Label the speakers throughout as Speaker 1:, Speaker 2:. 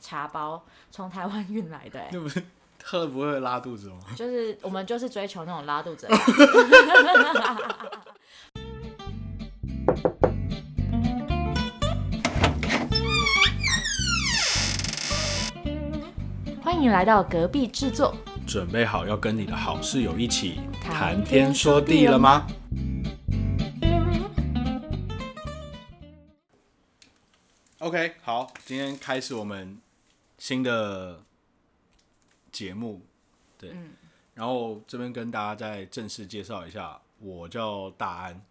Speaker 1: 茶包从台湾运来的、欸，
Speaker 2: 那不是喝了不会拉肚子吗？
Speaker 1: 就是我们就是追求那种拉肚子的感觉。 欢迎来到隔壁制作，
Speaker 2: 准备好要跟你的好室友一起
Speaker 1: 谈天说地了
Speaker 2: 吗？OK，好，今天开始我们新的节目，对，然后这边跟大家再正式介绍一下，我叫大安，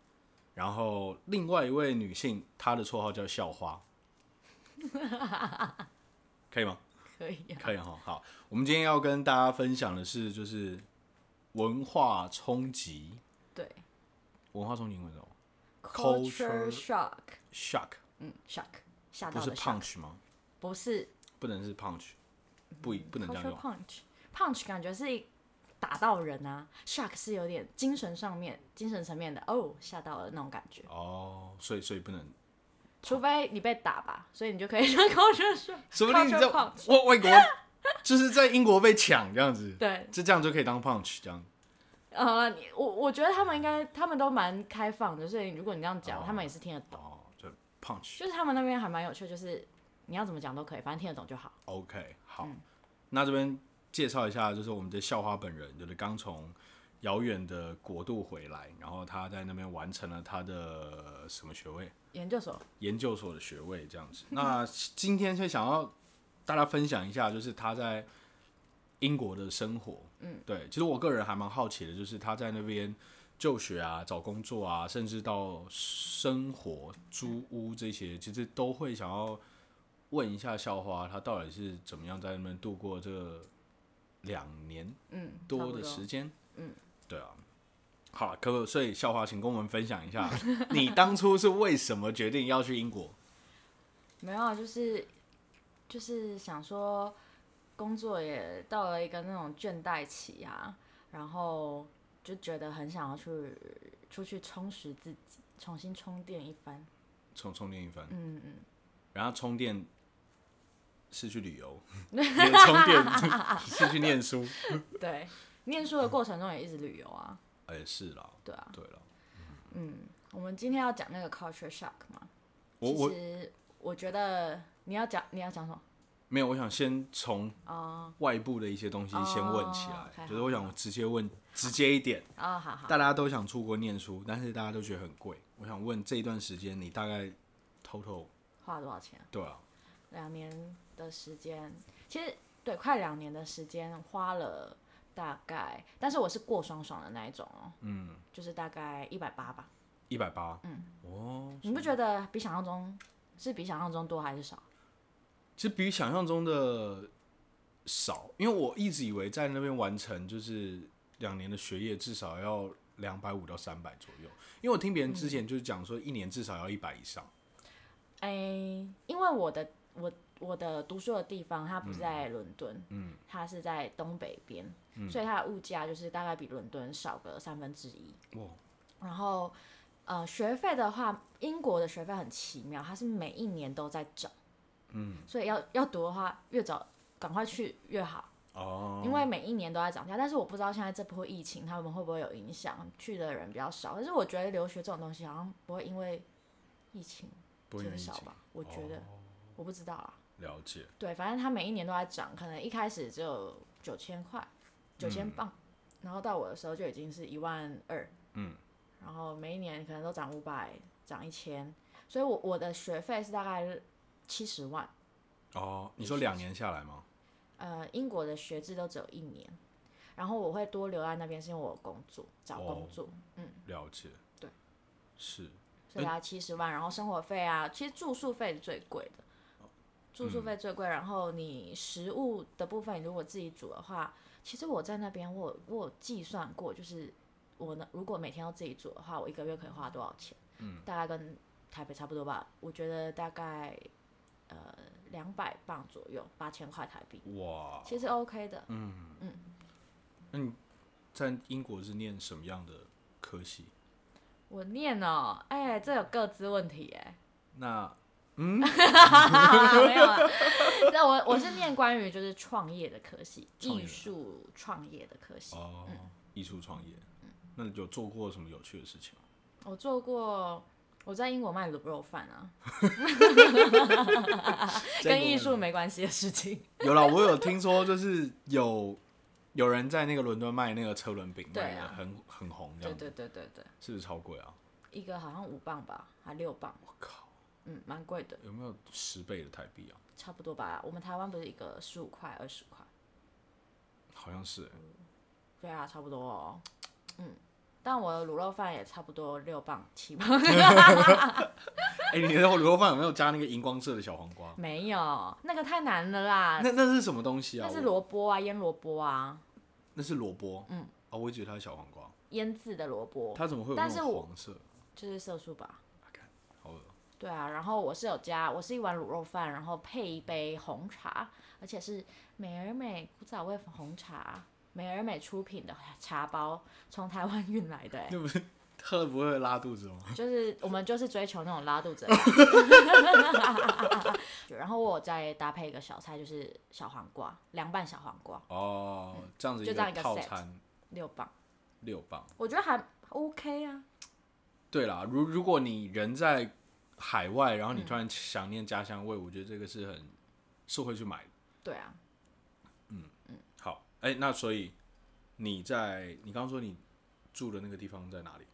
Speaker 2: 然后另外一位女性，她的绰号叫校 花，可以吗？
Speaker 1: 可以啊，
Speaker 2: 可以哈，好，我们今天要跟大家分享的是，就是文化冲击，
Speaker 1: 对
Speaker 2: 文化冲击英文是什么
Speaker 1: culture
Speaker 2: Culture
Speaker 1: shock，
Speaker 2: ？shock
Speaker 1: 嗯，shock 吓
Speaker 2: 不
Speaker 1: 到
Speaker 2: 是
Speaker 1: 的 shock，
Speaker 2: punch 吗？
Speaker 1: 不是
Speaker 2: 不能是 punch，不一不能这样
Speaker 1: culture
Speaker 2: 用。
Speaker 1: punch punch 感觉是打到人啊，shock 是有点精神上面、精神层面的哦，吓到了那种感觉。
Speaker 2: 哦，所以所以不能，
Speaker 1: 除非你被打吧，所以你就可以说 culture shock，
Speaker 2: 说不定你在
Speaker 1: culture punch
Speaker 2: 外外国，就是在英国被抢这样子，
Speaker 1: 对，
Speaker 2: 就这样就可以当 punch 这样。
Speaker 1: 呃，你我我觉得他们应该，他们都蛮开放的，所以如果你这样讲，
Speaker 2: 哦
Speaker 1: 他们也是听得懂。
Speaker 2: 哦，就 punch。
Speaker 1: 就是他们那边还蛮有趣，就是你要怎么讲都可以，反正听得懂就好。
Speaker 2: OK，好，那这边介绍一下，就是我们的校花本人，就是刚从遥远的国度回来，然后他在那边完成了他的什么学位？
Speaker 1: 研究所，
Speaker 2: 研究所的学位这样子。那今天就想要大家分享一下，就是他在英国的生活。嗯，对，其实我个人还蛮好奇的，就是他在那边就学啊、找工作啊，甚至到生活、租屋这些，其实都会想要问一下校花，他到底是怎么样在那边度过这两年
Speaker 1: 嗯，差
Speaker 2: 多
Speaker 1: 不
Speaker 2: 的时间。嗯，对啊。好，可不，所以校花，请跟我们分享一下， 你当初是为什么决定要去英国？
Speaker 1: 没有啊，就是就是想说，工作也到了一个那种倦怠期啊，然后就觉得很想要去出去充实自己，重新充电一番。
Speaker 2: 充充电一番，
Speaker 1: 嗯嗯，
Speaker 2: 然后充电是去旅游，也充电是去 念书，
Speaker 1: 对，念书的过程中也一直旅游啊，
Speaker 2: 哎，是啦，
Speaker 1: 对啊。
Speaker 2: 对了，
Speaker 1: 我们今天要讲那个 culture shock 嘛，
Speaker 2: 我我
Speaker 1: 其实我觉得你要讲你要讲什么？
Speaker 2: 没有，我想先从
Speaker 1: 哦
Speaker 2: 外部的一些东西先问起
Speaker 1: 哦
Speaker 2: 来，
Speaker 1: ，OK，
Speaker 2: 就是我想直接问直接一点，
Speaker 1: 哦，好好，
Speaker 2: 大家都想出国念书，但是大家都觉得很贵，我想问这一段时间你大概偷偷
Speaker 1: 花了多少钱啊？
Speaker 2: 对啊，
Speaker 1: 两年的时间，其实对，快两年的时间花了大概，但是我是过爽爽的那一种哦，
Speaker 2: 嗯，
Speaker 1: 就是大概一百八吧。
Speaker 2: 一百八，嗯，哦，
Speaker 1: 你不觉得比想象中是比想象中多还是少？
Speaker 2: 其实比想象中的少，因为我一直以为在那边完成就是两年的学业至少要两百五到三百左右，因为我听别人之前就是讲说一年至少要一百以上。
Speaker 1: 哎，因为我的我我的读书的地方它不在伦敦，嗯，它是在东北边，所以它的物价就是大概比伦敦少个三分之一。
Speaker 2: 哇，
Speaker 1: 然后，呃，学费的话，英国的学费很奇妙，它是每一年都在涨，嗯，所以要要读的话，越早赶快去越好，
Speaker 2: 哦，
Speaker 1: 因为每一年都在涨价。但是我不知道现在这波疫情他们会不会有影响，去的人比较少。但是我觉得留学这种东西好像不会因为疫情
Speaker 2: 不会因为
Speaker 1: 减
Speaker 2: 疫情
Speaker 1: 少吧，我觉得，我不知道啦。
Speaker 2: 哦了解，
Speaker 1: 对，反正它每一年都在涨，可能一开始只有九千块，九千磅，然后到我的时候就已经是一万二，
Speaker 2: 嗯，
Speaker 1: 然后每一年可能都涨五百，涨一千，所以我我的学费是大概七十万，
Speaker 2: 哦，你说两年下来吗？
Speaker 1: 呃，英国的学制都只有一年，然后我会多留在那边是因为我有工作找
Speaker 2: 哦
Speaker 1: 工作，
Speaker 2: 了解，
Speaker 1: 嗯对，
Speaker 2: 是，
Speaker 1: 所以大概七十万，然后生活费啊，其实住宿费是最贵的，住宿费最贵，然后你食物的部分，你如果自己煮的话，其实我在那边我有我有计算过，就是我呢如果每天要自己煮的话，我一个月可以花多少钱？嗯，大概跟台北差不多吧，我觉得大概呃两百磅左右，八千块台币，
Speaker 2: 哇，
Speaker 1: 其实 OK 的。
Speaker 2: 那你在英国是念什么样的科系？
Speaker 1: 我念哦，哎、这有各自问题哎、
Speaker 2: 那
Speaker 1: 啊没有了。那我我是念关于就是创业的科系，
Speaker 2: 创
Speaker 1: 艺
Speaker 2: 业的
Speaker 1: 术创业的科系。
Speaker 2: 哦，艺术创业，
Speaker 1: 嗯
Speaker 2: 那你有做过什么有趣的事情吗？
Speaker 1: 我做过，我在英国卖卤肉饭啊，跟艺术没关系的事情。
Speaker 2: 有啦，我有听说，就是有有人在那个伦敦卖那个车轮饼，
Speaker 1: 对啊
Speaker 2: 卖的很很红，这
Speaker 1: 对
Speaker 2: 样子
Speaker 1: 对对对对，
Speaker 2: 是不是超贵啊？
Speaker 1: 一个好像五磅吧，还六磅，
Speaker 2: 我靠，
Speaker 1: 嗯，蛮贵的，
Speaker 2: 有没有十倍的台币啊？
Speaker 1: 差不多吧。我们台湾不是一个十五块、二十块？
Speaker 2: 好像是欸，
Speaker 1: 对啊，差不多哦。嗯，但我的卤肉饭也差不多六磅、七磅。
Speaker 2: 哎、你的卤肉饭有没有加那个荧光色的小黄瓜？
Speaker 1: 没有，那个太难了啦。
Speaker 2: 那那是什么东西啊？
Speaker 1: 那是
Speaker 2: 我
Speaker 1: 萝卜啊，腌萝卜啊，
Speaker 2: 那是萝卜，嗯，哦，我一直以为它是小黄瓜，
Speaker 1: 腌制的萝卜，
Speaker 2: 它怎么会有那
Speaker 1: 但是
Speaker 2: 种
Speaker 1: 我
Speaker 2: 黄色？
Speaker 1: 就是色素吧？
Speaker 2: 啊干好恶
Speaker 1: 对啊，然后我是有加，我是一碗卤肉饭，然后配一杯红茶，而且是美而美古早味红茶，美而美出品的茶包，从台湾运来的、欸，
Speaker 2: 那不是喝了不会拉肚子吗？
Speaker 1: 就是我们就是追求那种拉肚子的感觉。然后我再搭配一个小菜，就是小黄瓜，凉拌小黄瓜，
Speaker 2: 哦，这样子
Speaker 1: 就这样一个
Speaker 2: 套
Speaker 1: set
Speaker 2: 餐
Speaker 1: 六磅，
Speaker 2: 六磅。
Speaker 1: 我觉得还 OK 啊。
Speaker 2: 对啦，如如果你人在海外，然后你突
Speaker 1: 嗯
Speaker 2: 然想念家乡味，我觉得这个是很是会去买的。
Speaker 1: 对啊，
Speaker 2: 好，哎、那所以你在你刚刚说你住的那个地方在哪里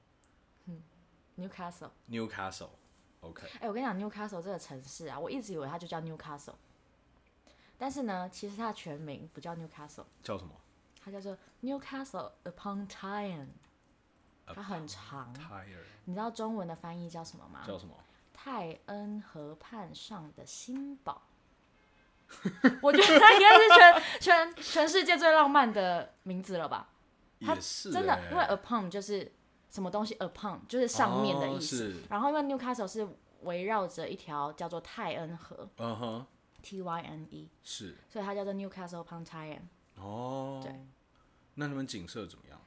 Speaker 1: Newcastle，
Speaker 2: ？Newcastle，OK，、
Speaker 1: 哎、我跟你讲，Newcastle 这个城市啊，我一直以为它就叫 Newcastle，但是呢，其实它的全名不叫 Newcastle，
Speaker 2: 叫什么
Speaker 1: 它叫做 Newcastle upon Tyne，它很长。
Speaker 2: ？Tire
Speaker 1: 你知道中文的翻译叫什么吗？
Speaker 2: 叫什么？
Speaker 1: 泰恩河畔上的新堡。 我觉得它应该是全全全世界最浪漫的名字了吧？它
Speaker 2: 也是、欸、
Speaker 1: 真的，因为 upon 就是什么东西 upon 就是上面的意思，
Speaker 2: 哦、是，
Speaker 1: 然后因为 Newcastle 是围绕着一条叫做泰恩河
Speaker 2: 嗯哼，
Speaker 1: T Y N E，
Speaker 2: 是
Speaker 1: 所以它叫做 Newcastle upon Tyne。
Speaker 2: 哦。
Speaker 1: 对，
Speaker 2: 那你们景色怎么样？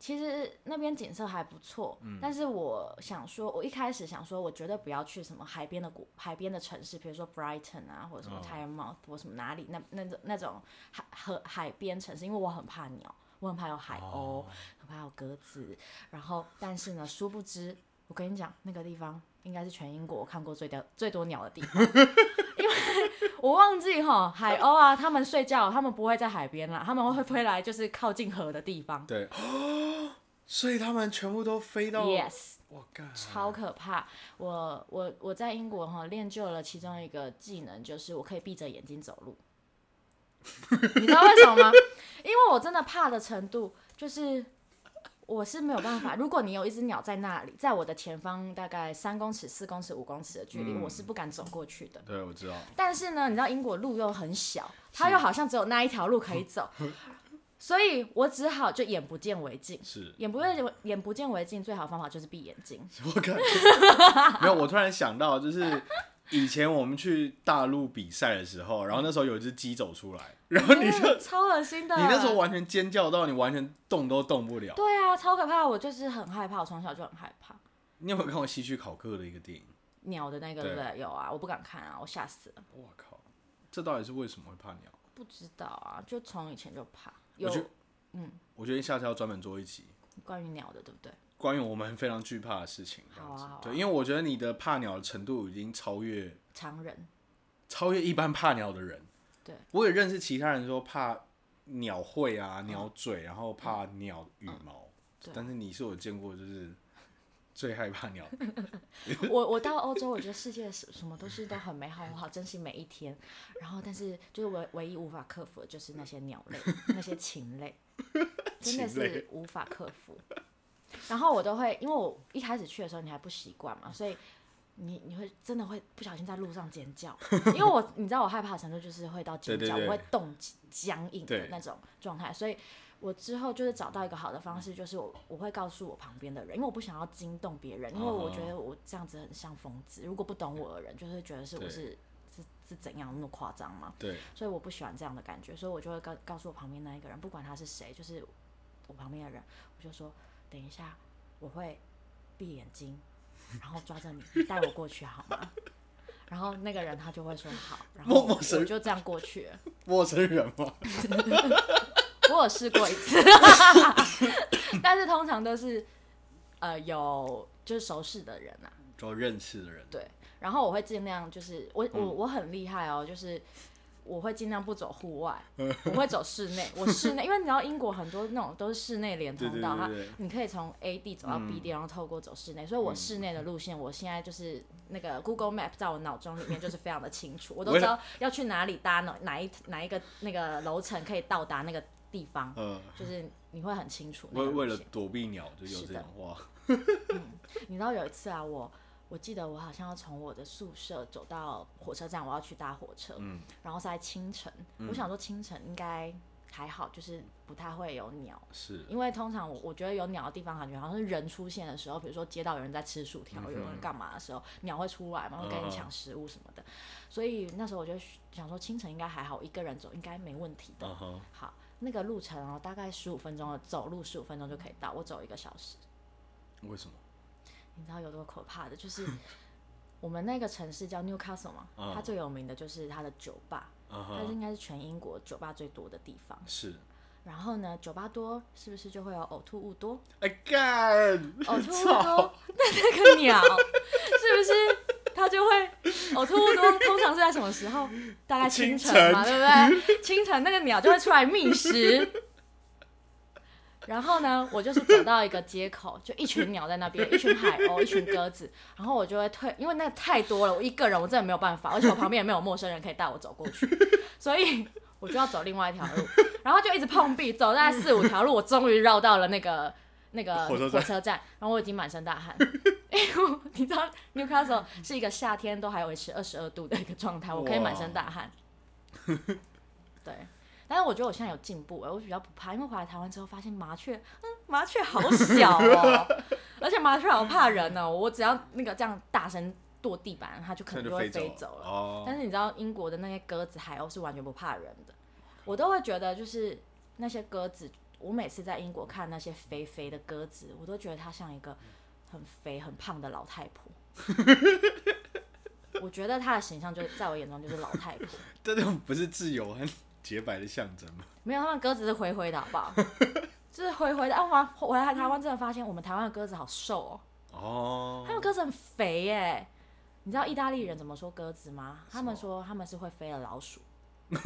Speaker 1: 其实那边景色还不错，
Speaker 2: 嗯
Speaker 1: 但是我想说，我一开始想说，我绝对不要去什么海边的国、海边的城市，比如说 Brighton 啊，或者什么
Speaker 2: 哦
Speaker 1: Tynemouth 或什么哪里那那种那种海河海边城市，因为我很怕鸟，我很怕有海鸥，
Speaker 2: 哦
Speaker 1: 很怕有鸽子。然后，但是呢，殊不知，我跟你讲，那个地方应该是全英国我看过最多最多鸟的地方，因 为我忘记哈，海鸥啊，他们睡觉，他们不会在海边啦，他们会飞来就是靠近河的地方。
Speaker 2: 对， 所以他们全部都飞到
Speaker 1: Yes，
Speaker 2: 我干，
Speaker 1: 超可怕！我我我在英国哈练就了其中一个技能，就是我可以闭着眼睛走路。你知道为什么吗？因为我真的怕的程度，就是我是没有办法。如果你有一只鸟在那里，在我的前方大概三公尺、四公尺、五公尺的距离，我是不敢走过去的。
Speaker 2: 对，我知道。
Speaker 1: 但是呢，你知道英国路又很小，它又好像只有那一条路可以走，所以我只好就眼不见为净。
Speaker 2: 是，
Speaker 1: 眼不见为眼不见为净，最好的方法就是闭眼睛。
Speaker 2: 我感 觉没有。我突然想到，就是以前我们去大陆比赛的时候，然后那时候有一只鸡走出来，然后你就
Speaker 1: 嗯超恶心 的。
Speaker 2: 你那时候完全尖叫到你完全动都动不了。
Speaker 1: 对啊，超可怕，我就是很害怕，我从小就很害怕
Speaker 2: 你有没有看过西区考克的一个电影？
Speaker 1: 鸟的那个，
Speaker 2: 对
Speaker 1: 对不对？有啊，我不敢看啊，我吓死了。
Speaker 2: 我靠，这到底是为什么会怕鸟？
Speaker 1: 不知道啊，就从以前就怕。
Speaker 2: 我
Speaker 1: 有
Speaker 2: 觉得，嗯，我决定下次要专门做一集
Speaker 1: 关于鸟的，对不对？
Speaker 2: 关于我们非常惧怕的事情，这样子。
Speaker 1: 好啊好啊
Speaker 2: 对，因为我觉得你的怕鸟的程度已经超越
Speaker 1: 常人
Speaker 2: 超越一般怕鸟的人。
Speaker 1: 对，
Speaker 2: 我也认识其他人说怕鸟喙啊、鸟嘴，然后怕鸟羽毛。
Speaker 1: 嗯对
Speaker 2: 但是你是我见过就是最害怕鸟。
Speaker 1: 我我到欧洲，我觉得世界什什么都是都很美好，我好珍惜每一天。然后，但是就是唯唯一无法克服的就是那些鸟类，那些禽 类，真的
Speaker 2: 禽类
Speaker 1: 是无法克服。然后我都会，因为我一开始去的时候你还不习惯嘛，所以你你会真的会不小心在路上尖 叫，因为我你知道我害怕的程度就是会到尖
Speaker 2: 对对
Speaker 1: 叫，
Speaker 2: 对
Speaker 1: 我会冻僵硬的
Speaker 2: 对
Speaker 1: 那种状态，所以我之后就是找到一个好的方式，就是我我会告诉我旁边的人，因为我不想要惊动别人，因为我觉得我这样子很像疯子。如果不懂我的人，就是觉得是
Speaker 2: 对
Speaker 1: 我是是是怎样那么夸张嘛，
Speaker 2: 对，
Speaker 1: 所以我不喜欢这样的感觉，所以我就会告告诉我旁边那一个人，不管他是谁，就是我旁边的人，我就说等一下我会闭眼睛，然后抓着你带我过去好吗？ 然后那个人他就会说好，然
Speaker 2: 默
Speaker 1: 后
Speaker 2: 默
Speaker 1: 我
Speaker 2: 神
Speaker 1: 就这样过去了。
Speaker 2: 陌生人吗？
Speaker 1: 我有试过一次，但是通常都是呃有就是熟识的人啊，
Speaker 2: 就认识的人，
Speaker 1: 对。然后我会尽量就是我
Speaker 2: 嗯
Speaker 1: 我我很厉害哦，就是我会尽量不走户 外，我会走室内。我室内，因为你知道英国很多那种都是室内连通道，
Speaker 2: 对对
Speaker 1: 它
Speaker 2: 对对嗯对
Speaker 1: 你可以从 A 地走到 B 地，然后透过走室内。所以我室内的路线，我现在就是那
Speaker 2: 嗯
Speaker 1: 个 Google Map 在我脑中里面就是非常的清 楚，我都知道要去哪里搭哪哪一哪一个那个楼层可以到达那个地方。
Speaker 2: 呃，
Speaker 1: 就是你会很清楚那
Speaker 2: 为
Speaker 1: 个
Speaker 2: 为
Speaker 1: 路
Speaker 2: 了
Speaker 1: 线。
Speaker 2: 躲避鸟，就有
Speaker 1: 是
Speaker 2: 这
Speaker 1: 的
Speaker 2: 种话，
Speaker 1: 你知道有一次啊，我我记得我好像要从我的宿舍走到火车站，我要去搭火车，
Speaker 2: 嗯
Speaker 1: 然后是在清晨。我想说清晨应该还好，就是不太会有鸟。
Speaker 2: 是
Speaker 1: 因为通常我我觉得有鸟的地方，感觉好像是人出现的时候，比如说街道有人在吃薯条，
Speaker 2: 嗯哼嗯
Speaker 1: 有人干嘛的时候，鸟会出来嘛，会跟你抢食物什么的。所以那时候我就想说，清晨应该还好，一个人走应该没问题的。
Speaker 2: 嗯哼，
Speaker 1: 好，那个路程哦，大概十五分钟的走路，十五分钟就可以到。我走一个小时，
Speaker 2: 为什么？
Speaker 1: 你知道有多可怕的？就是 我们那个城市叫 Newcastle 嘛，
Speaker 2: 嗯
Speaker 1: 它最有名的就是它的酒吧，
Speaker 2: 嗯
Speaker 1: 它
Speaker 2: 哼，
Speaker 1: 应该是全英国酒吧最多的地方。
Speaker 2: 是，
Speaker 1: 然后呢，酒吧多是不是就会有呕吐物 多？
Speaker 2: 哎干，
Speaker 1: 呕吐物
Speaker 2: 操
Speaker 1: 多，那那个鸟 是不是它就会呕吐物多？通常是在什么时候？大概清晨嘛，
Speaker 2: 清
Speaker 1: 对不对？清晨那个鸟就会出来觅食。然后呢，我就是走到一个街口，就一群鸟在那边，一群海鸥，一群鸽子。然后我就会退，因为那个太多了，我一个人我真的没有办法，而且我旁边也没有陌生人可以带我走过 去，所以我就要走另外一条路。然后就一直碰壁，走 大概四五条路，我终于绕到了那个那个
Speaker 2: 火
Speaker 1: 火
Speaker 2: 车站
Speaker 1: 车站。然后我已经满身大汗， 因为我你知道 Newcastle 是一个夏天都还维持二十二度的一个状态，我可以
Speaker 2: 哇
Speaker 1: 满身大汗。对，但是我觉得我现在有进步、欸，我比较不怕，因为回来台湾之后发现麻雀，嗯，麻雀好小哦、 而且麻雀好怕人哦、我只要那个这样大声跺地板，它就可
Speaker 2: 那
Speaker 1: 能
Speaker 2: 就
Speaker 1: 就会
Speaker 2: 飞
Speaker 1: 飞
Speaker 2: 走
Speaker 1: 走
Speaker 2: 了
Speaker 1: 了。
Speaker 2: 哦，
Speaker 1: 但是你知道英国的那些鸽子、海鸥是完全不怕人的，我都会觉得就是那些鸽子，我每次在英国看那些肥肥的鸽子，我都觉得它像一个很肥很胖的老太 婆。我觉得它的形象就是在我眼中就是老太婆，
Speaker 2: 这种不是自由和洁白的象征吗？
Speaker 1: 没有他们鸽子是灰灰的好不好？就是灰灰的。啊，我回来台湾真的发现我们台湾的鸽子好瘦哦，他
Speaker 2: 哦，
Speaker 1: 们鸽子很肥耶、你知道意大利人怎么说鸽子吗？他们说他们是会飞的老鼠。
Speaker 2: 哎，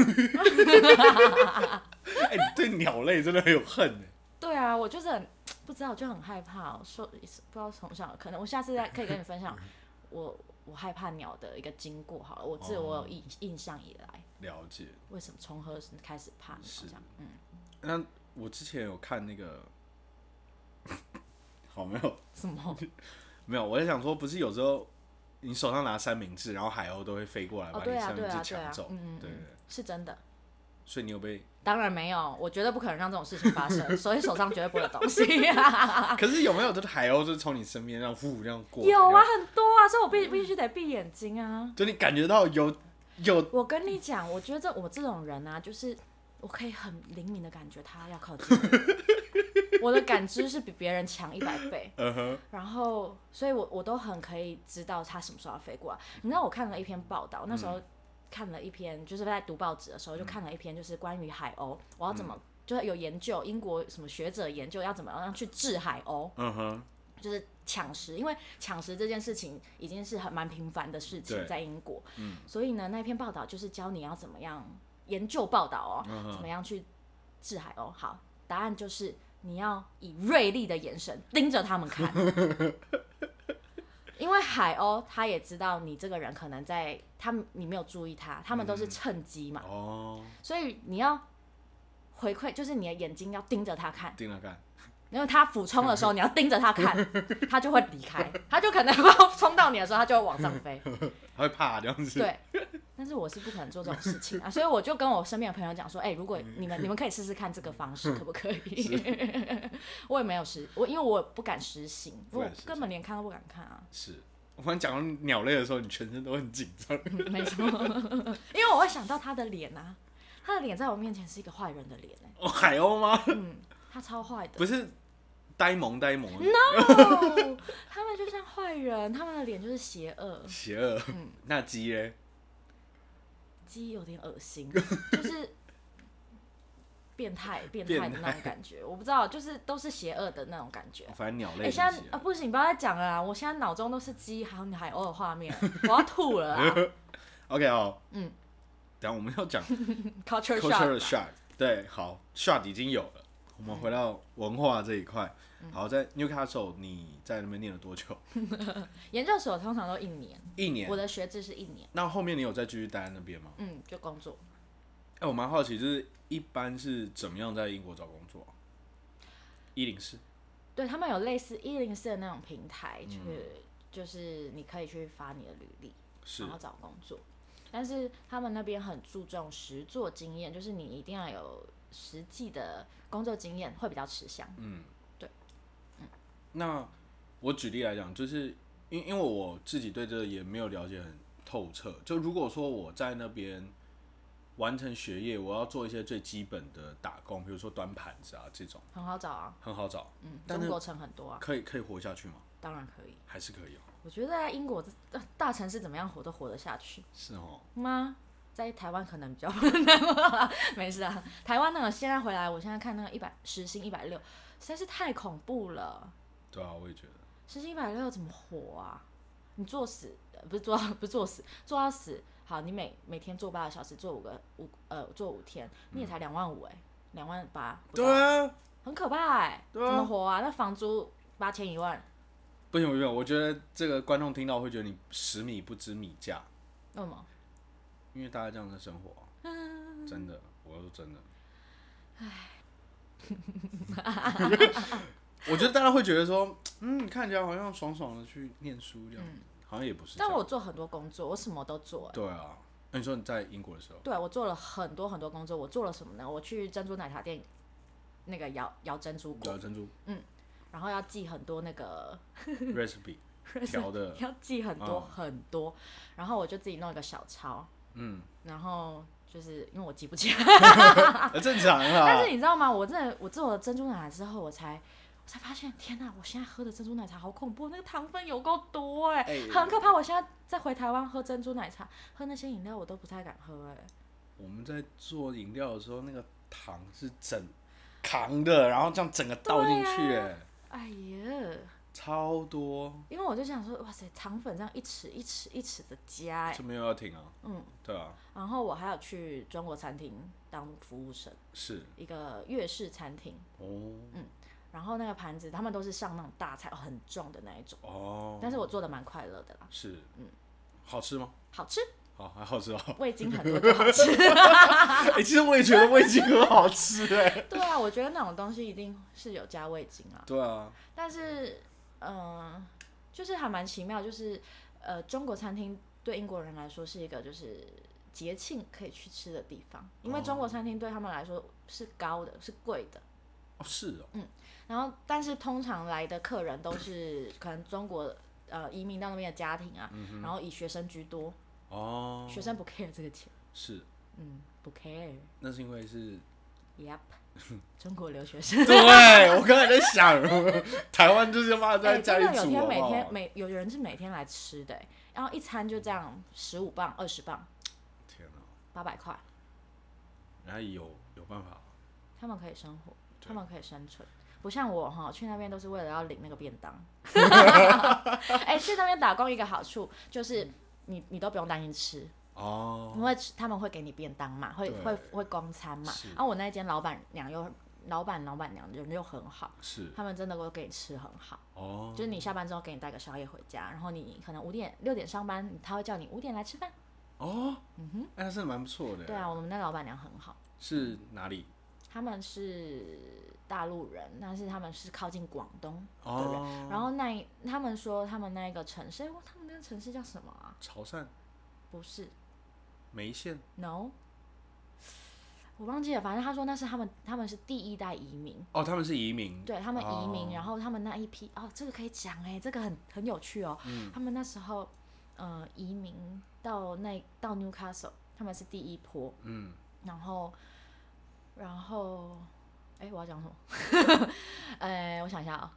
Speaker 2: 你对鸟类真的很有恨哎，
Speaker 1: 对啊，我就是很不知道，我就很害怕。我说不知道从小，可能我下次再可以跟你分享嗯我我害怕鸟的一个经过好了。我自我有印印象以来，
Speaker 2: 了解。
Speaker 1: 为什么从何时开始怕鸟？
Speaker 2: 是
Speaker 1: 这样，嗯，
Speaker 2: 那我之前有看那个，好没有
Speaker 1: 什 么？
Speaker 2: 没有，我在想说，不是有时候你手上拿三明治，然后海鸥都会飞过来
Speaker 1: 哦，
Speaker 2: 把你
Speaker 1: 对啊，
Speaker 2: 三
Speaker 1: 对
Speaker 2: 明治
Speaker 1: 啊，对
Speaker 2: 抢
Speaker 1: 啊，
Speaker 2: 走，
Speaker 1: 嗯嗯
Speaker 2: 对
Speaker 1: 嗯
Speaker 2: 对，
Speaker 1: 是真的。
Speaker 2: 所以你有被，
Speaker 1: 当然没有，我绝对不可能让这种事情发生，所以手上绝对不会有东西。啊
Speaker 2: 可是有没有就是海鸥就从你身边这样呼这样过来？
Speaker 1: 有啊
Speaker 2: 然后，
Speaker 1: 很多啊，所以我必必须得闭眼睛啊。
Speaker 2: 就你感觉到有有
Speaker 1: 我跟你讲，我觉得我这种人啊，就是我可以很灵敏的感觉他要靠近我，我的感知是比别人强一百倍。
Speaker 2: 呃呵，
Speaker 1: 然后，所以我我都很可以知道他什么时候要飞过来。你知道我看了一篇报道，那时候看了一篇，就是在读报纸的时候就看了一篇，就是关于海鸥，我要怎么。就是有研究，英国什么学者研究要怎么样去治海鸥，
Speaker 2: 嗯哼，
Speaker 1: 就是抢食，因为抢食这件事情已经是很蛮频繁的事情
Speaker 2: 对，
Speaker 1: 在英国。所以呢，那篇报道就是教你要怎么样研究报道哦，
Speaker 2: 嗯
Speaker 1: 怎么样去治海鸥。好，答案就是你要以锐利的眼神盯着他们看，因为海鸥它也知道你这个人可能在他们你没有注意它，他们都是趁机嘛，
Speaker 2: 哦，
Speaker 1: 所以你要回馈，就是你的眼睛要盯着它看。
Speaker 2: 盯着看，
Speaker 1: 因为它俯冲的时候，你要盯着它看，它就会离开，它就可能要冲到你的时候，它就会往上飞。
Speaker 2: 还会怕这样子，
Speaker 1: 对，但是我是不可能做这种事情啊，所以我就跟我身边的朋友讲说，哎、如果你们你们可以试试看这个方式，可不可以？ 我也没有实，我因为我不敢实行，
Speaker 2: 不
Speaker 1: 我
Speaker 2: 敢实行
Speaker 1: 根本连看都不敢看啊，
Speaker 2: 是。我们讲到鸟类的时候，你全身都很紧 张，
Speaker 1: 嗯没错，因为我会想到他的脸啊，他的脸在我面前是一个坏人的脸、欸，
Speaker 2: 哦，海鸥吗？
Speaker 1: 嗯，他超坏的，
Speaker 2: 不是，呆萌呆萌的
Speaker 1: No，他们就像坏人，他们的脸就是邪恶。
Speaker 2: 邪恶。那鸡嘞？
Speaker 1: 鸡有点恶心， 就是变态变态的那种感觉。我不知道，就是都是邪恶的那种感觉。
Speaker 2: 哦反正鸟
Speaker 1: 哎、
Speaker 2: 类的
Speaker 1: 现在
Speaker 2: 邪
Speaker 1: 啊
Speaker 2: 恶。
Speaker 1: 不行，不要再讲了啦！啊我现在脑中都是鸡，还有海鸥的画面，我要吐了啊 啦
Speaker 2: OK 哦，
Speaker 1: 嗯，啊
Speaker 2: 等一下我们 要讲
Speaker 1: ！Culture
Speaker 2: culture
Speaker 1: shock，
Speaker 2: shock，对，好，shot 已经有了。我们回到文化这一块。
Speaker 1: 嗯
Speaker 2: 好，在 Newcastle 你在那边念了多久？
Speaker 1: 研究所通常都一年，
Speaker 2: 一年
Speaker 1: 我。的学制是一年，
Speaker 2: 那后面你有再继续待在那边吗？
Speaker 1: 嗯，就工作。
Speaker 2: 哎、我蛮好奇，就是一般是怎么样在英国找工作、啊？一零四，
Speaker 1: 对他们有类似一零四的那种平台，去、
Speaker 2: 嗯
Speaker 1: 就是你可以去发你的履历，
Speaker 2: 是
Speaker 1: 然后找工作。但是他们那边很注重实作经验，就是你一定要有实际的工作经验，会比较吃香。
Speaker 2: 嗯，
Speaker 1: 对，
Speaker 2: 那我举例来讲，就是因因为我自己对这个也没有了解很透彻。就如果说我在那边完成学业，我要做一些最基本的打工，比如说端盘子啊这种，
Speaker 1: 很好找啊，
Speaker 2: 很好找，
Speaker 1: 嗯，
Speaker 2: 但
Speaker 1: 中
Speaker 2: 是
Speaker 1: 国城很多啊，
Speaker 2: 可以可以活下去吗？
Speaker 1: 当然可以。
Speaker 2: 还是可以哦、
Speaker 1: 我觉得在英国这大大城市怎么样活都活得下去
Speaker 2: 是哦，
Speaker 1: 吗？在台湾可能比较 难，没事啊。台湾那个现在回来，我现在看那个一百时薪一百六，实在是太恐怖了。
Speaker 2: 对啊，我也觉得。
Speaker 1: 时薪一百六怎么活啊？你做死呃不是做 不是做死做到死，好，你每每天做八个小时，做五个五呃做五天，你也才两万五哎、两万八，
Speaker 2: 嗯对，啊，
Speaker 1: 很可怕哎、
Speaker 2: 对啊
Speaker 1: 怎么活啊？那房租八千一万，
Speaker 2: 不行不行，我觉得这个观众听到会觉得你十米不知米价，
Speaker 1: 那么
Speaker 2: 因为大家这样在生活啊、真的，我说真的。 我觉得大家会觉得说，嗯，看起来好像爽爽的去念书这样，好像也不是这
Speaker 1: 嗯但
Speaker 2: 样。
Speaker 1: 我做很多工作，我什么都做、欸。
Speaker 2: 对啊，那你说你在英国的时候，
Speaker 1: 对，我做了很多很多工作，我做了什么呢？我去珍珠奶茶店那个摇摇珍珠
Speaker 2: 找
Speaker 1: 果，
Speaker 2: 珍珠
Speaker 1: 然后要记很多那个
Speaker 2: recipe 调的，
Speaker 1: 要记很多
Speaker 2: 嗯
Speaker 1: 很多，然后我就自己弄一个小抄，
Speaker 2: 嗯，
Speaker 1: 然后就是因为我记不起来，
Speaker 2: 呃正常
Speaker 1: 但
Speaker 2: 啦
Speaker 1: 是。你知道吗？我真的我做了珍珠奶茶之后，我才我才发现，天哪！我现在喝的珍珠奶茶好恐怖，那个糖分有够多哎、
Speaker 2: 哎
Speaker 1: 很可怕。我现在再回台湾喝珍珠奶茶，喝那些饮料我都不太敢喝哎、
Speaker 2: 我们在做饮料的时候，那个糖是整扛的，然后这样整个倒进去、
Speaker 1: 对
Speaker 2: 哎、
Speaker 1: 啊哎呀，
Speaker 2: 超多，
Speaker 1: 因为我就想说，哇塞，糖粉这样一匙一匙一匙的加哎、
Speaker 2: 这没有要停啊。
Speaker 1: 嗯，
Speaker 2: 对啊，
Speaker 1: 然后我还有去中国餐厅当服务生，
Speaker 2: 是
Speaker 1: 一个粤式餐厅，
Speaker 2: 哦
Speaker 1: 嗯然后那个盘子他们都是上那种大菜，哦很重的那一种，
Speaker 2: 哦，
Speaker 1: 但是我做的蛮快乐的啦，
Speaker 2: 是，好吃吗？
Speaker 1: 好吃，
Speaker 2: 好，还好吃哦。
Speaker 1: 味精很多就好 吃。啊
Speaker 2: 哎、其实我也觉得味精很好 吃哎、
Speaker 1: 对啊，我觉得那种东西一定是有加味精啊，
Speaker 2: 对啊，
Speaker 1: 但是嗯、呃就是还蛮奇妙，就是呃，中国餐厅对英国人来说是一个就是节庆可以去吃的地方，因为中国餐厅对他们来说是高的，是贵的。
Speaker 2: 哦是哦，
Speaker 1: 然后，但是通常来的客人都是可能中国呃移民到那边的家庭啊，
Speaker 2: 嗯
Speaker 1: 然后以学生居多，
Speaker 2: 哦
Speaker 1: 学生不 care 这个钱，
Speaker 2: 是，
Speaker 1: 嗯，不 care。
Speaker 2: 那是因 为是，
Speaker 1: Yep，中国留学生。
Speaker 2: 对我刚才在想，台湾就是妈
Speaker 1: 哎，
Speaker 2: 在家里
Speaker 1: 真的有
Speaker 2: 煮
Speaker 1: 天
Speaker 2: 好
Speaker 1: 每
Speaker 2: 不
Speaker 1: 天
Speaker 2: 好？
Speaker 1: 每有人是每天来吃的欸，然后一餐就这样十五磅、二十磅、
Speaker 2: 天哪，
Speaker 1: 八百块，
Speaker 2: 人家有有办法，
Speaker 1: 他们可以生活，
Speaker 2: 对
Speaker 1: 他们可以生存。不像我哈，去那边都是为了要领那个便当。 哎、去那边打工一个好处就是
Speaker 2: 嗯
Speaker 1: 你你都不用担心吃，
Speaker 2: 哦，
Speaker 1: 因为吃他们会给你便当嘛，会
Speaker 2: 对
Speaker 1: 会会供餐嘛
Speaker 2: 是。
Speaker 1: 然后、我那间老板娘又老板老板娘人又很好，
Speaker 2: 是
Speaker 1: 他们真的都给你吃很好。
Speaker 2: 哦，
Speaker 1: 就是你下班之后给你带个宵夜回家，然后你可能五点六点上班，他会叫你五点来吃饭。
Speaker 2: 哦，嗯哼，哎、那真的蛮不错的。
Speaker 1: 对啊，，我们那老板娘很好，
Speaker 2: 是哪里？
Speaker 1: 他们是大陆人，但是他们是靠近广东的人。
Speaker 2: 哦，
Speaker 1: 然后那一他们说他们那一个城市，哎他们那个城市叫什么啊？
Speaker 2: 潮汕
Speaker 1: 不是
Speaker 2: 梅县
Speaker 1: ，no，我忘记了。反正他说那是他们，他们是第一代移民，
Speaker 2: 哦，他们是移民，
Speaker 1: 对他们移民，
Speaker 2: 哦
Speaker 1: 然后他们那一批哦，这个可以讲哎、这个很很有趣哦。
Speaker 2: 嗯
Speaker 1: 他们那时候呃移民到那到 Newcastle，他们是第一波，
Speaker 2: 嗯，
Speaker 1: 然后然后哎、哎、我要讲什么？ 呃，我想一下啊、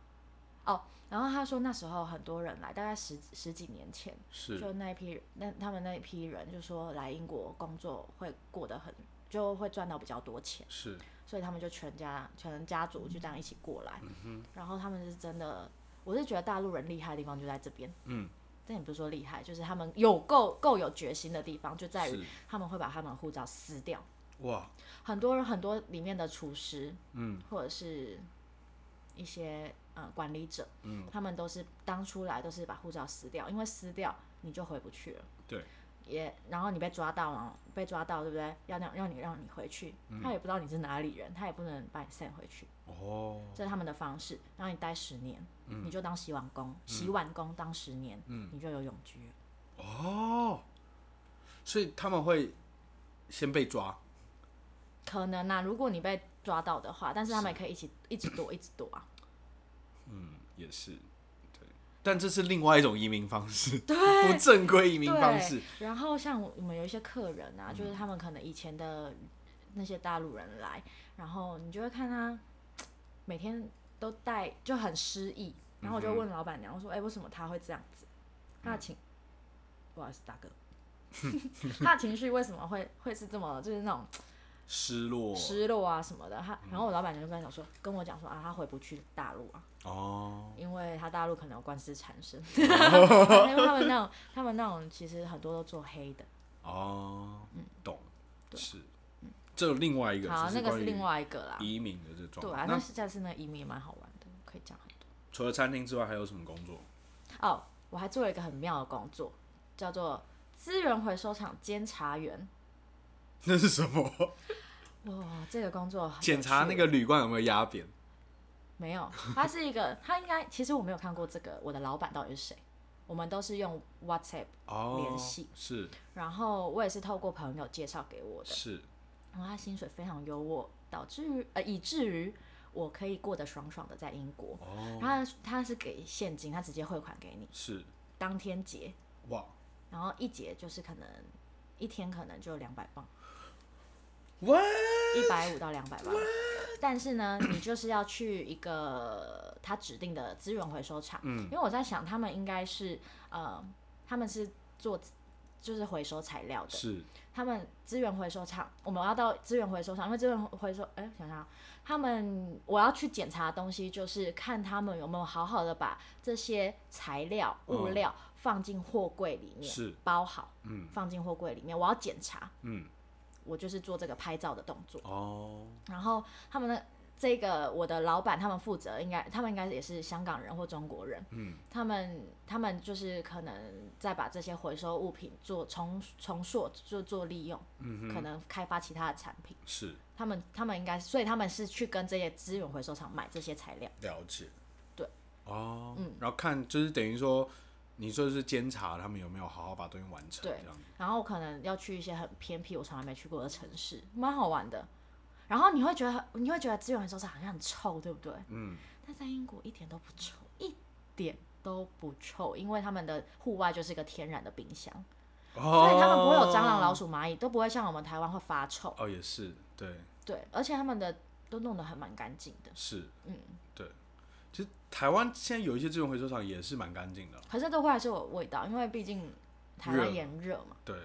Speaker 1: 哦，然后他说那时候很多人来，大概十十几年前，
Speaker 2: 是
Speaker 1: 就那一批人，那他们那一批人就说来英国工作会过得很，就会赚到比较多钱，
Speaker 2: 是，
Speaker 1: 所以他们就全家全家族就这样一起过
Speaker 2: 嗯
Speaker 1: 来。然后他们是真的，我是觉得大陆人厉害的地方就在这边。
Speaker 2: 嗯，
Speaker 1: 但也不是说厉害，就是他们有够够有决心的地方就在于
Speaker 2: 是
Speaker 1: 他们会把他们的护照撕掉。
Speaker 2: 哇，
Speaker 1: 很多人很多里面的厨师，
Speaker 2: 嗯，
Speaker 1: 或者是一些呃管理者，嗯，他们都是当初来都是把护照撕掉，因为撕掉你就回不去了，
Speaker 2: 对，
Speaker 1: 也然后你被抓到了，被抓到对不对？要让让你让你回去，他也不知道你是哪里人，他也不能把你 send 回去，
Speaker 2: 哦，
Speaker 1: 这是他们的方式。然后你待十年，你就当洗碗工，洗碗工当十年，嗯，你就有永居了。
Speaker 2: 哦，所以他们会先被抓，
Speaker 1: 可能啊，如果你被抓到的话，但是他们也可以一起一直躲，一直躲啊。
Speaker 2: 嗯，也是，对，但这是另外一种移民方式，
Speaker 1: 对
Speaker 2: 不正规移民方式
Speaker 1: 对，，然后像我们有一些客人啊，就是他们可能以前的那些大陆人来，然后你就会看他每天都带就很失意，然后我就问老板娘我说：“哎、为什么他会这样子？他的情，不好意思，大哥， 他的情绪为什么会会是这么就是那种
Speaker 2: 失落，
Speaker 1: 失落啊什么的？”他，然后我老板娘就跟他讲说，跟我讲说啊，他回不去大陆啊，
Speaker 2: 哦，
Speaker 1: 因为他大陆可能有官司缠身， 因为他们那种他们那种其实很多都做黑的。
Speaker 2: 哦，懂，是，这有另外一个，
Speaker 1: 嗯好，
Speaker 2: 就
Speaker 1: 那个
Speaker 2: 关
Speaker 1: 是
Speaker 2: 于
Speaker 1: 另外一个啦。
Speaker 2: 移民的这种，
Speaker 1: 对啊，
Speaker 2: 那
Speaker 1: 但是下次那个移民也蛮好玩的，可以讲很多。
Speaker 2: 除了餐厅之外，还有什么工作？
Speaker 1: 哦，我还做了一个很妙的工作，叫做资源回收厂监察员。
Speaker 2: 那是什么？
Speaker 1: 哇，这个工作很有
Speaker 2: 检查
Speaker 1: 趣
Speaker 2: 那个旅馆有没有压扁？
Speaker 1: 没有，他是一个，他应该其实我没有看过这个，我的老板到底是谁？我们都是用 WhatsApp，
Speaker 2: 哦，
Speaker 1: 联系
Speaker 2: 是
Speaker 1: 然后我也是透过朋友介绍给我的，
Speaker 2: 是
Speaker 1: 然后他薪水非常优渥，导致于呃以至于我可以过得爽爽的在英国。
Speaker 2: 哦
Speaker 1: 他他是给现金，他直接汇款给你，
Speaker 2: 是
Speaker 1: 当天结。
Speaker 2: 哇
Speaker 1: 然后一节就是可能一天可能就两百磅，
Speaker 2: 哇
Speaker 1: 一百五到两百磅。但是呢，你就是要去一个他指定的资源回收厂，因为我在想他们应该是呃，他们是做就是回收材料的，
Speaker 2: 是
Speaker 1: 他们资源回收厂，我们要到资源回收厂，因为资源回收，哎、想想啊，他们我要去检查的东西，就是看他们有没有好好的把这些材料物
Speaker 2: 嗯
Speaker 1: 料放进货柜里面，
Speaker 2: 是
Speaker 1: 包好，
Speaker 2: 嗯，
Speaker 1: 放进货柜里面，我要检查，
Speaker 2: 嗯
Speaker 1: 我就是做这个拍照的动作。
Speaker 2: 哦
Speaker 1: 然后他们的这个我的老板，他们负责应该，他们应该也是香港人或中国人，
Speaker 2: 嗯
Speaker 1: 他们他们就是可能再把这些回收物品做重重塑，就做利用，
Speaker 2: 嗯
Speaker 1: 可能开发其他的产品。
Speaker 2: 是
Speaker 1: 他们他们应该，所以他们是去跟这些资源回收厂买这些材料。
Speaker 2: 了解
Speaker 1: 对嗯
Speaker 2: 哦然后看就是等于说你就是监察他们有没有好好把东西完成
Speaker 1: 对
Speaker 2: 这样子
Speaker 1: 然后可能要去一些很偏僻、我从来没去过的城市，蛮好玩的。然后你会觉得，你会觉得资源回收厂好像很臭，对不对？
Speaker 2: 嗯
Speaker 1: 但在英国一点都不臭，一点都不臭，因为他们的户外就是一个天然的冰箱，
Speaker 2: 哦
Speaker 1: 所以他们不会有蟑螂、老鼠、蚂蚁，都不会像我们台湾会发臭。
Speaker 2: 哦也是对
Speaker 1: 对，而且他们的都弄得还蛮干净的，
Speaker 2: 是
Speaker 1: 嗯，
Speaker 2: 对，其实台湾现在有一些这种回收厂也是蛮干净的，
Speaker 1: 可是都会还是有味道，因为毕竟台
Speaker 2: 热
Speaker 1: 湾炎热嘛，
Speaker 2: 对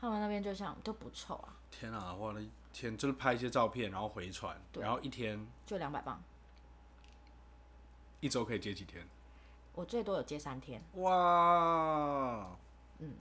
Speaker 1: 他们那边就像都不臭啊，
Speaker 2: 天啊我的天就是拍一些照片然后回传，
Speaker 1: 对
Speaker 2: 然后一天
Speaker 1: 就两百磅，
Speaker 2: 一周可以接几天？
Speaker 1: 我最多有接三天，
Speaker 2: 哇，嗯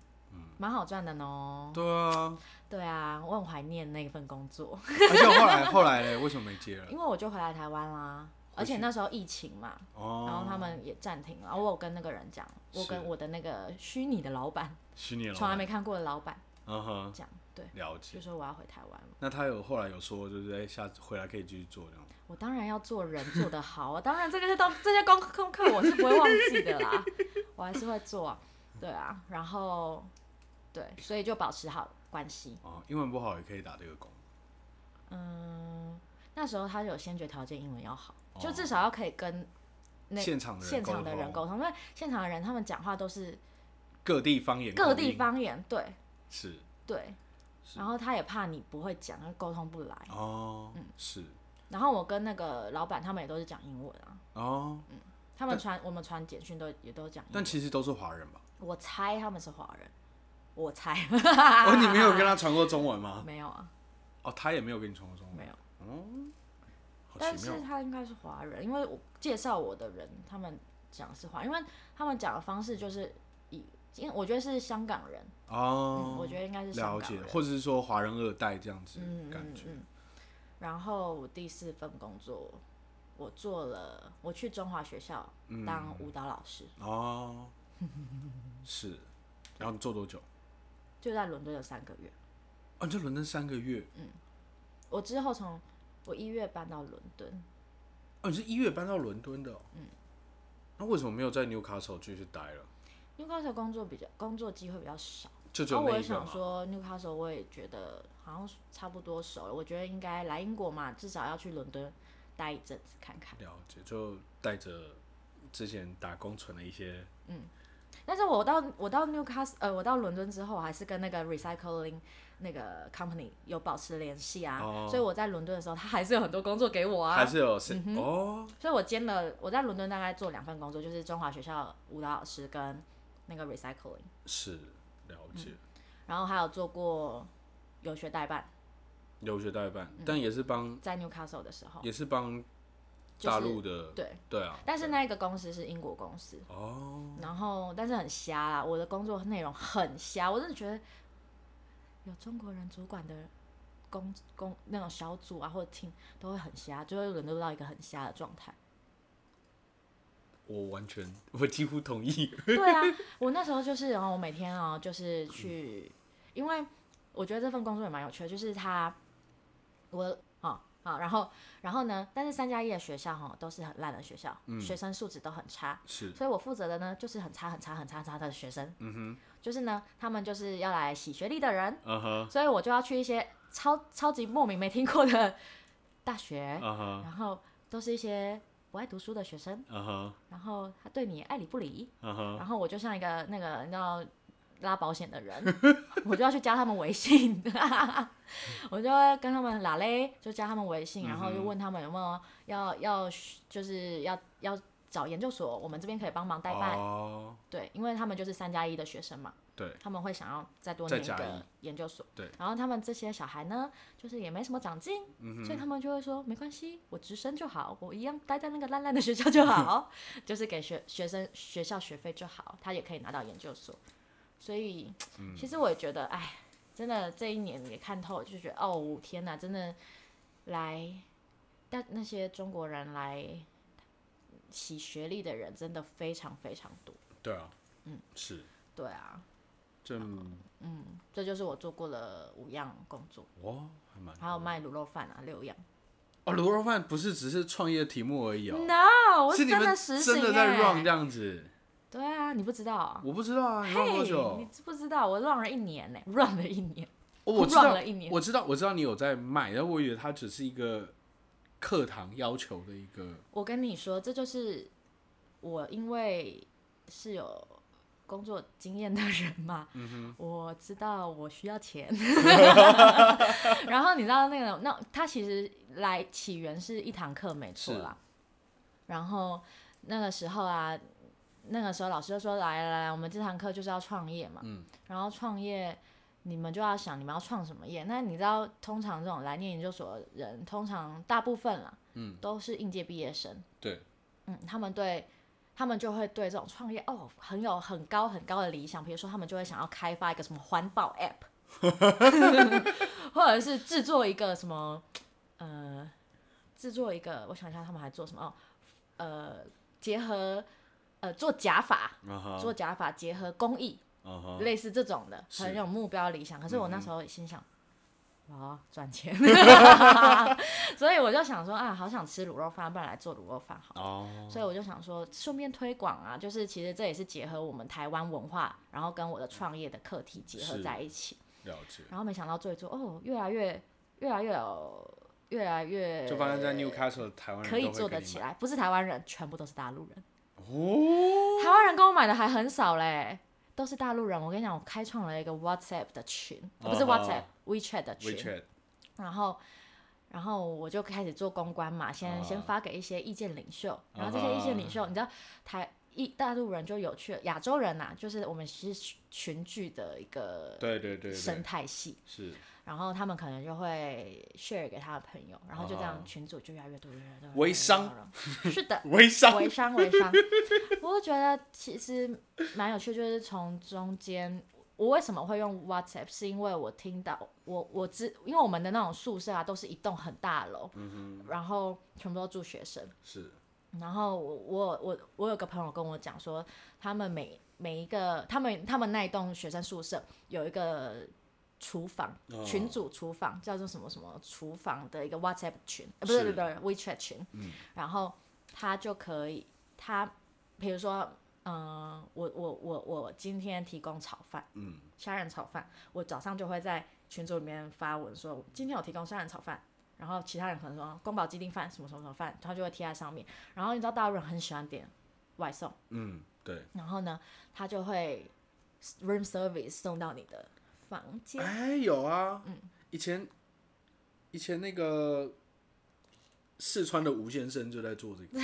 Speaker 1: 蛮好赚的呢。
Speaker 2: 对啊，
Speaker 1: 对啊，我很怀念那份工作，
Speaker 2: 而且后来后来嘞，为什么没接了？
Speaker 1: 因为我就回来台湾啦，而且那时候疫情嘛，
Speaker 2: 哦，
Speaker 1: 然后他们也暂停了。然后我有跟那个人讲，我
Speaker 2: 是
Speaker 1: 跟我的那个虚拟的老板，
Speaker 2: 虚拟了，
Speaker 1: 从来没看过的老板
Speaker 2: 嗯哼，
Speaker 1: 讲，对，
Speaker 2: 了解。
Speaker 1: 就说我要回台湾了。
Speaker 2: 那他有后来有说，就是哎，下次回来可以继续做这样。
Speaker 1: 我当然要做人做得好啊，当然这个是当这些功功课我是不会忘记的啦，我还是会做啊，对啊，然后对，所以就保持好关系。
Speaker 2: 哦，英文不好也可以打这个工。
Speaker 1: 嗯，那时候他有先决条件，英文要好，就
Speaker 2: 哦
Speaker 1: 至少要可以跟那
Speaker 2: 现场的人
Speaker 1: 现场的
Speaker 2: 沟
Speaker 1: 人
Speaker 2: 通
Speaker 1: 沟通，因为现场的人他们讲话都是
Speaker 2: 各地方言，
Speaker 1: 各
Speaker 2: 口
Speaker 1: 地
Speaker 2: 音
Speaker 1: 方言，对
Speaker 2: 是
Speaker 1: 对，
Speaker 2: 是
Speaker 1: 然后他也怕你不会讲，沟通不来。
Speaker 2: 哦，是
Speaker 1: 然后我跟那个老板他们也都是讲英文啊，
Speaker 2: 哦，
Speaker 1: 他们传我们传简讯都也都讲英
Speaker 2: 但
Speaker 1: 文。
Speaker 2: 其实都是华人吧？
Speaker 1: 我猜他们是华人，我猜。啊
Speaker 2: 哦，你没有跟他传过中文吗？
Speaker 1: 没有啊，
Speaker 2: 哦，他也没有跟你传过中文，哦
Speaker 1: 没有。
Speaker 2: 好
Speaker 1: 但
Speaker 2: 奇妙
Speaker 1: 是。他应该是华人，因为我介绍我的人，他们讲是华，因为他们讲的方式就是以，因为我觉得是香港人，
Speaker 2: 哦、
Speaker 1: 嗯，我觉得应该是香
Speaker 2: 了
Speaker 1: 港
Speaker 2: 解
Speaker 1: 人，，
Speaker 2: 或者是说华人二代这样子
Speaker 1: 嗯
Speaker 2: 感觉。
Speaker 1: 嗯嗯。然后我第四份工作，我做了，我去中华学校
Speaker 2: 嗯
Speaker 1: 当舞蹈老师，
Speaker 2: 哦， 是。然后你做多久？
Speaker 1: 就在伦敦有三个月。
Speaker 2: 哦，你在伦敦三个月。
Speaker 1: 我之后从我一月搬到伦敦，
Speaker 2: 哦，你是一月搬到伦敦的、哦。嗯。那为什么没有在纽卡 e 继续待了？
Speaker 1: 因为 Newcastle 工作比较工作机会比较少。
Speaker 2: 就只
Speaker 1: 然后
Speaker 2: 有
Speaker 1: 哦我
Speaker 2: 那
Speaker 1: 也
Speaker 2: 一个
Speaker 1: 想
Speaker 2: 嘛。
Speaker 1: 说 Newcastle，我也觉得好像差不多熟了，我觉得应该来英国嘛，至少要去伦敦待一阵子看看。
Speaker 2: 了解，就带着之前打工存的一些
Speaker 1: 但是我到我到 Newcastle，呃，我到伦敦之后，我还是跟那个 recycling 那个 company 有保持联系啊，
Speaker 2: 哦
Speaker 1: 所以我在伦敦的时候，他还是有很多工作给我啊
Speaker 2: 还。是有是、哦，
Speaker 1: 所以我兼了，我在伦敦大概做两份工作，就是中华学校舞蹈老师跟那个 recycling，
Speaker 2: 是了
Speaker 1: 嗯
Speaker 2: 解。
Speaker 1: 然后还有做过游学代办，
Speaker 2: 留学代
Speaker 1: 嗯
Speaker 2: 办，但也是帮
Speaker 1: 在 Newcastle 的时候，
Speaker 2: 也是帮
Speaker 1: 就是
Speaker 2: 大陆的、
Speaker 1: 对，
Speaker 2: 对啊，
Speaker 1: 但是那一个公司是英国公司，
Speaker 2: 哦，
Speaker 1: 然后但是很瞎啦，我的工作内容很瞎，我真的觉得有中国人主管的工工那种小组啊或者 team 都会很瞎，就会沦落到一个很瞎的状态。
Speaker 2: 我完全我几乎同意。
Speaker 1: 对啊，我那时候就是，然后我每天啊、就是去，因为我觉得这份工作也蛮有趣的，就是他，我啊啊、然后然后呢，但是三加一的学校哈、都是很烂的学校，学生素质都很差，
Speaker 2: 是
Speaker 1: 所以我负责的呢就是很差很差很差很差的学生，嗯哼，就是呢，他们就是要来洗学历的人，
Speaker 2: 嗯哼，
Speaker 1: 所以我就要去一些超超级莫名没听过的大学，
Speaker 2: 嗯哼，
Speaker 1: 然后都是一些不爱读书的学生，
Speaker 2: 嗯哼，
Speaker 1: 然后他对你爱理不理。
Speaker 2: 嗯哼，
Speaker 1: 然后我就像一个那个你知道拉保险的人， 我就要去加他们微信， 我就会跟他们拉嘞，就加他们微信，然后
Speaker 2: 嗯
Speaker 1: 就问他们有没有要要就是要要找研究所，我们这边可以帮忙代办，
Speaker 2: 哦，
Speaker 1: 对，因为他们就是三加一的学生嘛，
Speaker 2: 对，
Speaker 1: 他们会想要再多
Speaker 2: 再
Speaker 1: 念一
Speaker 2: 加
Speaker 1: 个
Speaker 2: 一
Speaker 1: 研究所，
Speaker 2: 对，
Speaker 1: 然后他们这些小孩呢，就是也没什么长进，
Speaker 2: 嗯
Speaker 1: 所以他们就会说没关系，我直升就好，我一样待在那个烂烂的学校就 好，就是给学学生学校学费就好，他也可以拿到研究所，所以、
Speaker 2: 嗯
Speaker 1: 其实我也觉得，哎，真的这一年也看透，就觉得哦天哪，真的来，但那些中国人来。洗学历的人真的非常非常多，
Speaker 2: 对啊，嗯，是，
Speaker 1: 对啊，
Speaker 2: 这
Speaker 1: 这就是我做过了五样工作，
Speaker 2: 哇，还蛮
Speaker 1: 还有卖卤肉饭啊，六样。
Speaker 2: 哦，卤肉饭不是只是创业题目而已哦，
Speaker 1: No，我嗯
Speaker 2: 是你
Speaker 1: 真
Speaker 2: 们
Speaker 1: 的实行、欸、
Speaker 2: 真的在 run 这样子，
Speaker 1: 对啊，你不知道啊？
Speaker 2: 我不知道啊，你 run
Speaker 1: 嘿
Speaker 2: 多
Speaker 1: 你
Speaker 2: 久？
Speaker 1: 知不知道？我 run 了一年呢、r u n 了一年。
Speaker 2: 哦我知
Speaker 1: run
Speaker 2: 道
Speaker 1: 了一，年
Speaker 2: 我知道，我知道你有在卖，但我以为它只是一个课堂要求的一个，
Speaker 1: 我跟你说，这就是我因为是有工作经验的人嘛，我知道我需要钱。然后你知道那个那它其实来起源是一堂课没错啦。然后那个时候啊，那个时候老师就说：“来来来，我们这堂课就是要创业嘛。然后创业。你们就要想你们要创什么业。那你知道，通常这种来念研究所的人，通常大部分啦，都是应届毕业生，
Speaker 2: 对，
Speaker 1: 嗯，他们对，他们就会对这种创业哦，很有很高很高的理想，比如说他们就会想要开发一个什么环保 app，或 者是制作一个什么，呃，制作一个，我想一下他们还做什么哦，呃，结合呃做假发，
Speaker 2: 啊哈，
Speaker 1: 做假发结合工艺，
Speaker 2: 啊哈，
Speaker 1: 类似这种的，
Speaker 2: 是嗯
Speaker 1: 很有目标理想。可是我那时候心想，我要赚钱， 所以我就想说啊，好想吃卤肉饭，不然来做卤肉饭好了。
Speaker 2: 哦，
Speaker 1: 所以我就想说，顺便推广啊，就是其实这也是结合我们台湾文化，然后跟我的创业的课题结合
Speaker 2: 是
Speaker 1: 在一起。
Speaker 2: 了解，
Speaker 1: 然后没想到做一做，哦，越来越越来越有越来越
Speaker 2: 就发现在 Newcastle 的台湾人
Speaker 1: 呃可以
Speaker 2: 都会
Speaker 1: 做
Speaker 2: 给
Speaker 1: 得
Speaker 2: 你
Speaker 1: 起
Speaker 2: 买
Speaker 1: 来，不是台湾人，全部都是大陆人。
Speaker 2: 哦，
Speaker 1: 台湾人跟我买的还很少嘞，都是大陆人。我跟你讲，我开创了一个 WhatsApp 的群，
Speaker 2: 哦
Speaker 1: 不是 WhatsApp，WeChat 的群。
Speaker 2: WeChat
Speaker 1: 然后然后我就开始做公关嘛，先、
Speaker 2: 啊
Speaker 1: 先发给一些意见领袖，然后这些意见
Speaker 2: 哦
Speaker 1: 领袖，你知道台一大陆人就有趣了，亚洲人呐、就是我们是群群聚的一个
Speaker 2: 对对对
Speaker 1: 生
Speaker 2: 对，
Speaker 1: 态系，
Speaker 2: 是
Speaker 1: 然后他们可能就会 share 给他的朋友，然后就这样
Speaker 2: 啊
Speaker 1: 群组就越来越多，越来越多，
Speaker 2: 微商
Speaker 1: 越来越多，是的，
Speaker 2: 微 商
Speaker 1: 微商，微商。我就觉得其实蛮有趣，就是从中间，我为什么会用 WhatsApp，是因为我听到我我知，因为我们的那种宿舍啊，都是一栋很大楼，
Speaker 2: 嗯
Speaker 1: 然后全部都住学生。
Speaker 2: 是
Speaker 1: 然后我我我我有个朋友跟我讲说，他们每每一个他们他们那一栋学生宿舍有一个厨房、
Speaker 2: 哦
Speaker 1: 群组厨房叫做什么什么厨房的一个 WhatsApp 群，呃、不是
Speaker 2: 是
Speaker 1: 不是不是 WeChat 群，然后他就可以他比如说嗯、呃我我我我今天提供炒饭，
Speaker 2: 嗯，
Speaker 1: 虾仁炒饭，我早上就会在群组里面发文说，今天有提供虾仁炒饭，然后其他人可能说宫保鸡丁饭什么什么什么饭，他就会贴在上面。然后你知道大陆人很喜欢点外送，
Speaker 2: 嗯，对，
Speaker 1: 然后呢，他就会 room service 送到你的房间。
Speaker 2: 哎，有啊，
Speaker 1: 嗯
Speaker 2: 以前以前那个四川的吴先生就在做这个，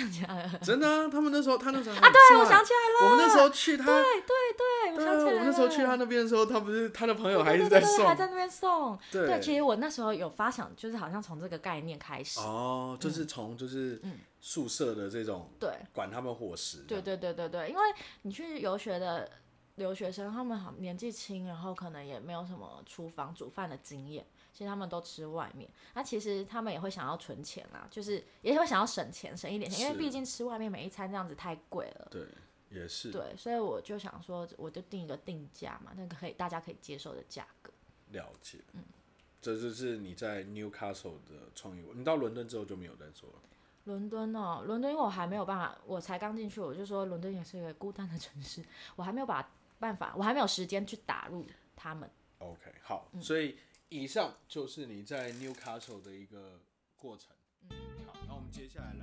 Speaker 2: 真的啊，他们那时候他那时候啊，
Speaker 1: 对，我想起来
Speaker 2: 我们那时候去他，
Speaker 1: 了，对对，
Speaker 2: 对
Speaker 1: 想
Speaker 2: 啊，
Speaker 1: 起
Speaker 2: 我
Speaker 1: 来了。
Speaker 2: 们那时候去他那边的时候，他不是他的朋
Speaker 1: 对
Speaker 2: 友
Speaker 1: 对
Speaker 2: 还一直
Speaker 1: 对
Speaker 2: 在
Speaker 1: 对
Speaker 2: 送
Speaker 1: 还，在那边送。
Speaker 2: 对
Speaker 1: 对，其实我那时候有发想，就是好像从这个概念开始。
Speaker 2: 哦，就是从
Speaker 1: 嗯
Speaker 2: 就是宿舍的这种
Speaker 1: 对，
Speaker 2: 管他们伙食，啊
Speaker 1: 对对对对对，因为你去游学的留学生，他们好年纪轻，然后可能也没有什么厨房煮饭的经验，其实他们都吃外面。那其实他们也会想要存钱啦，就是也会想要省钱，省一点钱，因为
Speaker 2: 是
Speaker 1: 毕竟吃外面每一餐这样子太贵了。
Speaker 2: 对，也是，
Speaker 1: 对，所以我就想说，我就定一个定价嘛，那个可以大家可以接受的价格。
Speaker 2: 了解，
Speaker 1: 嗯
Speaker 2: 这就是你在 Newcastle 的创业。你到伦敦之后就没有再做了，
Speaker 1: 伦敦哦，伦敦因为我还没有办法，我才刚进去，我就说伦敦也是一个孤单的城市，我还没有把办法，我还没有时间去打入他们。
Speaker 2: OK，好，所以以上就是你在 Newcastle 的一个过程。好，那我们接下来来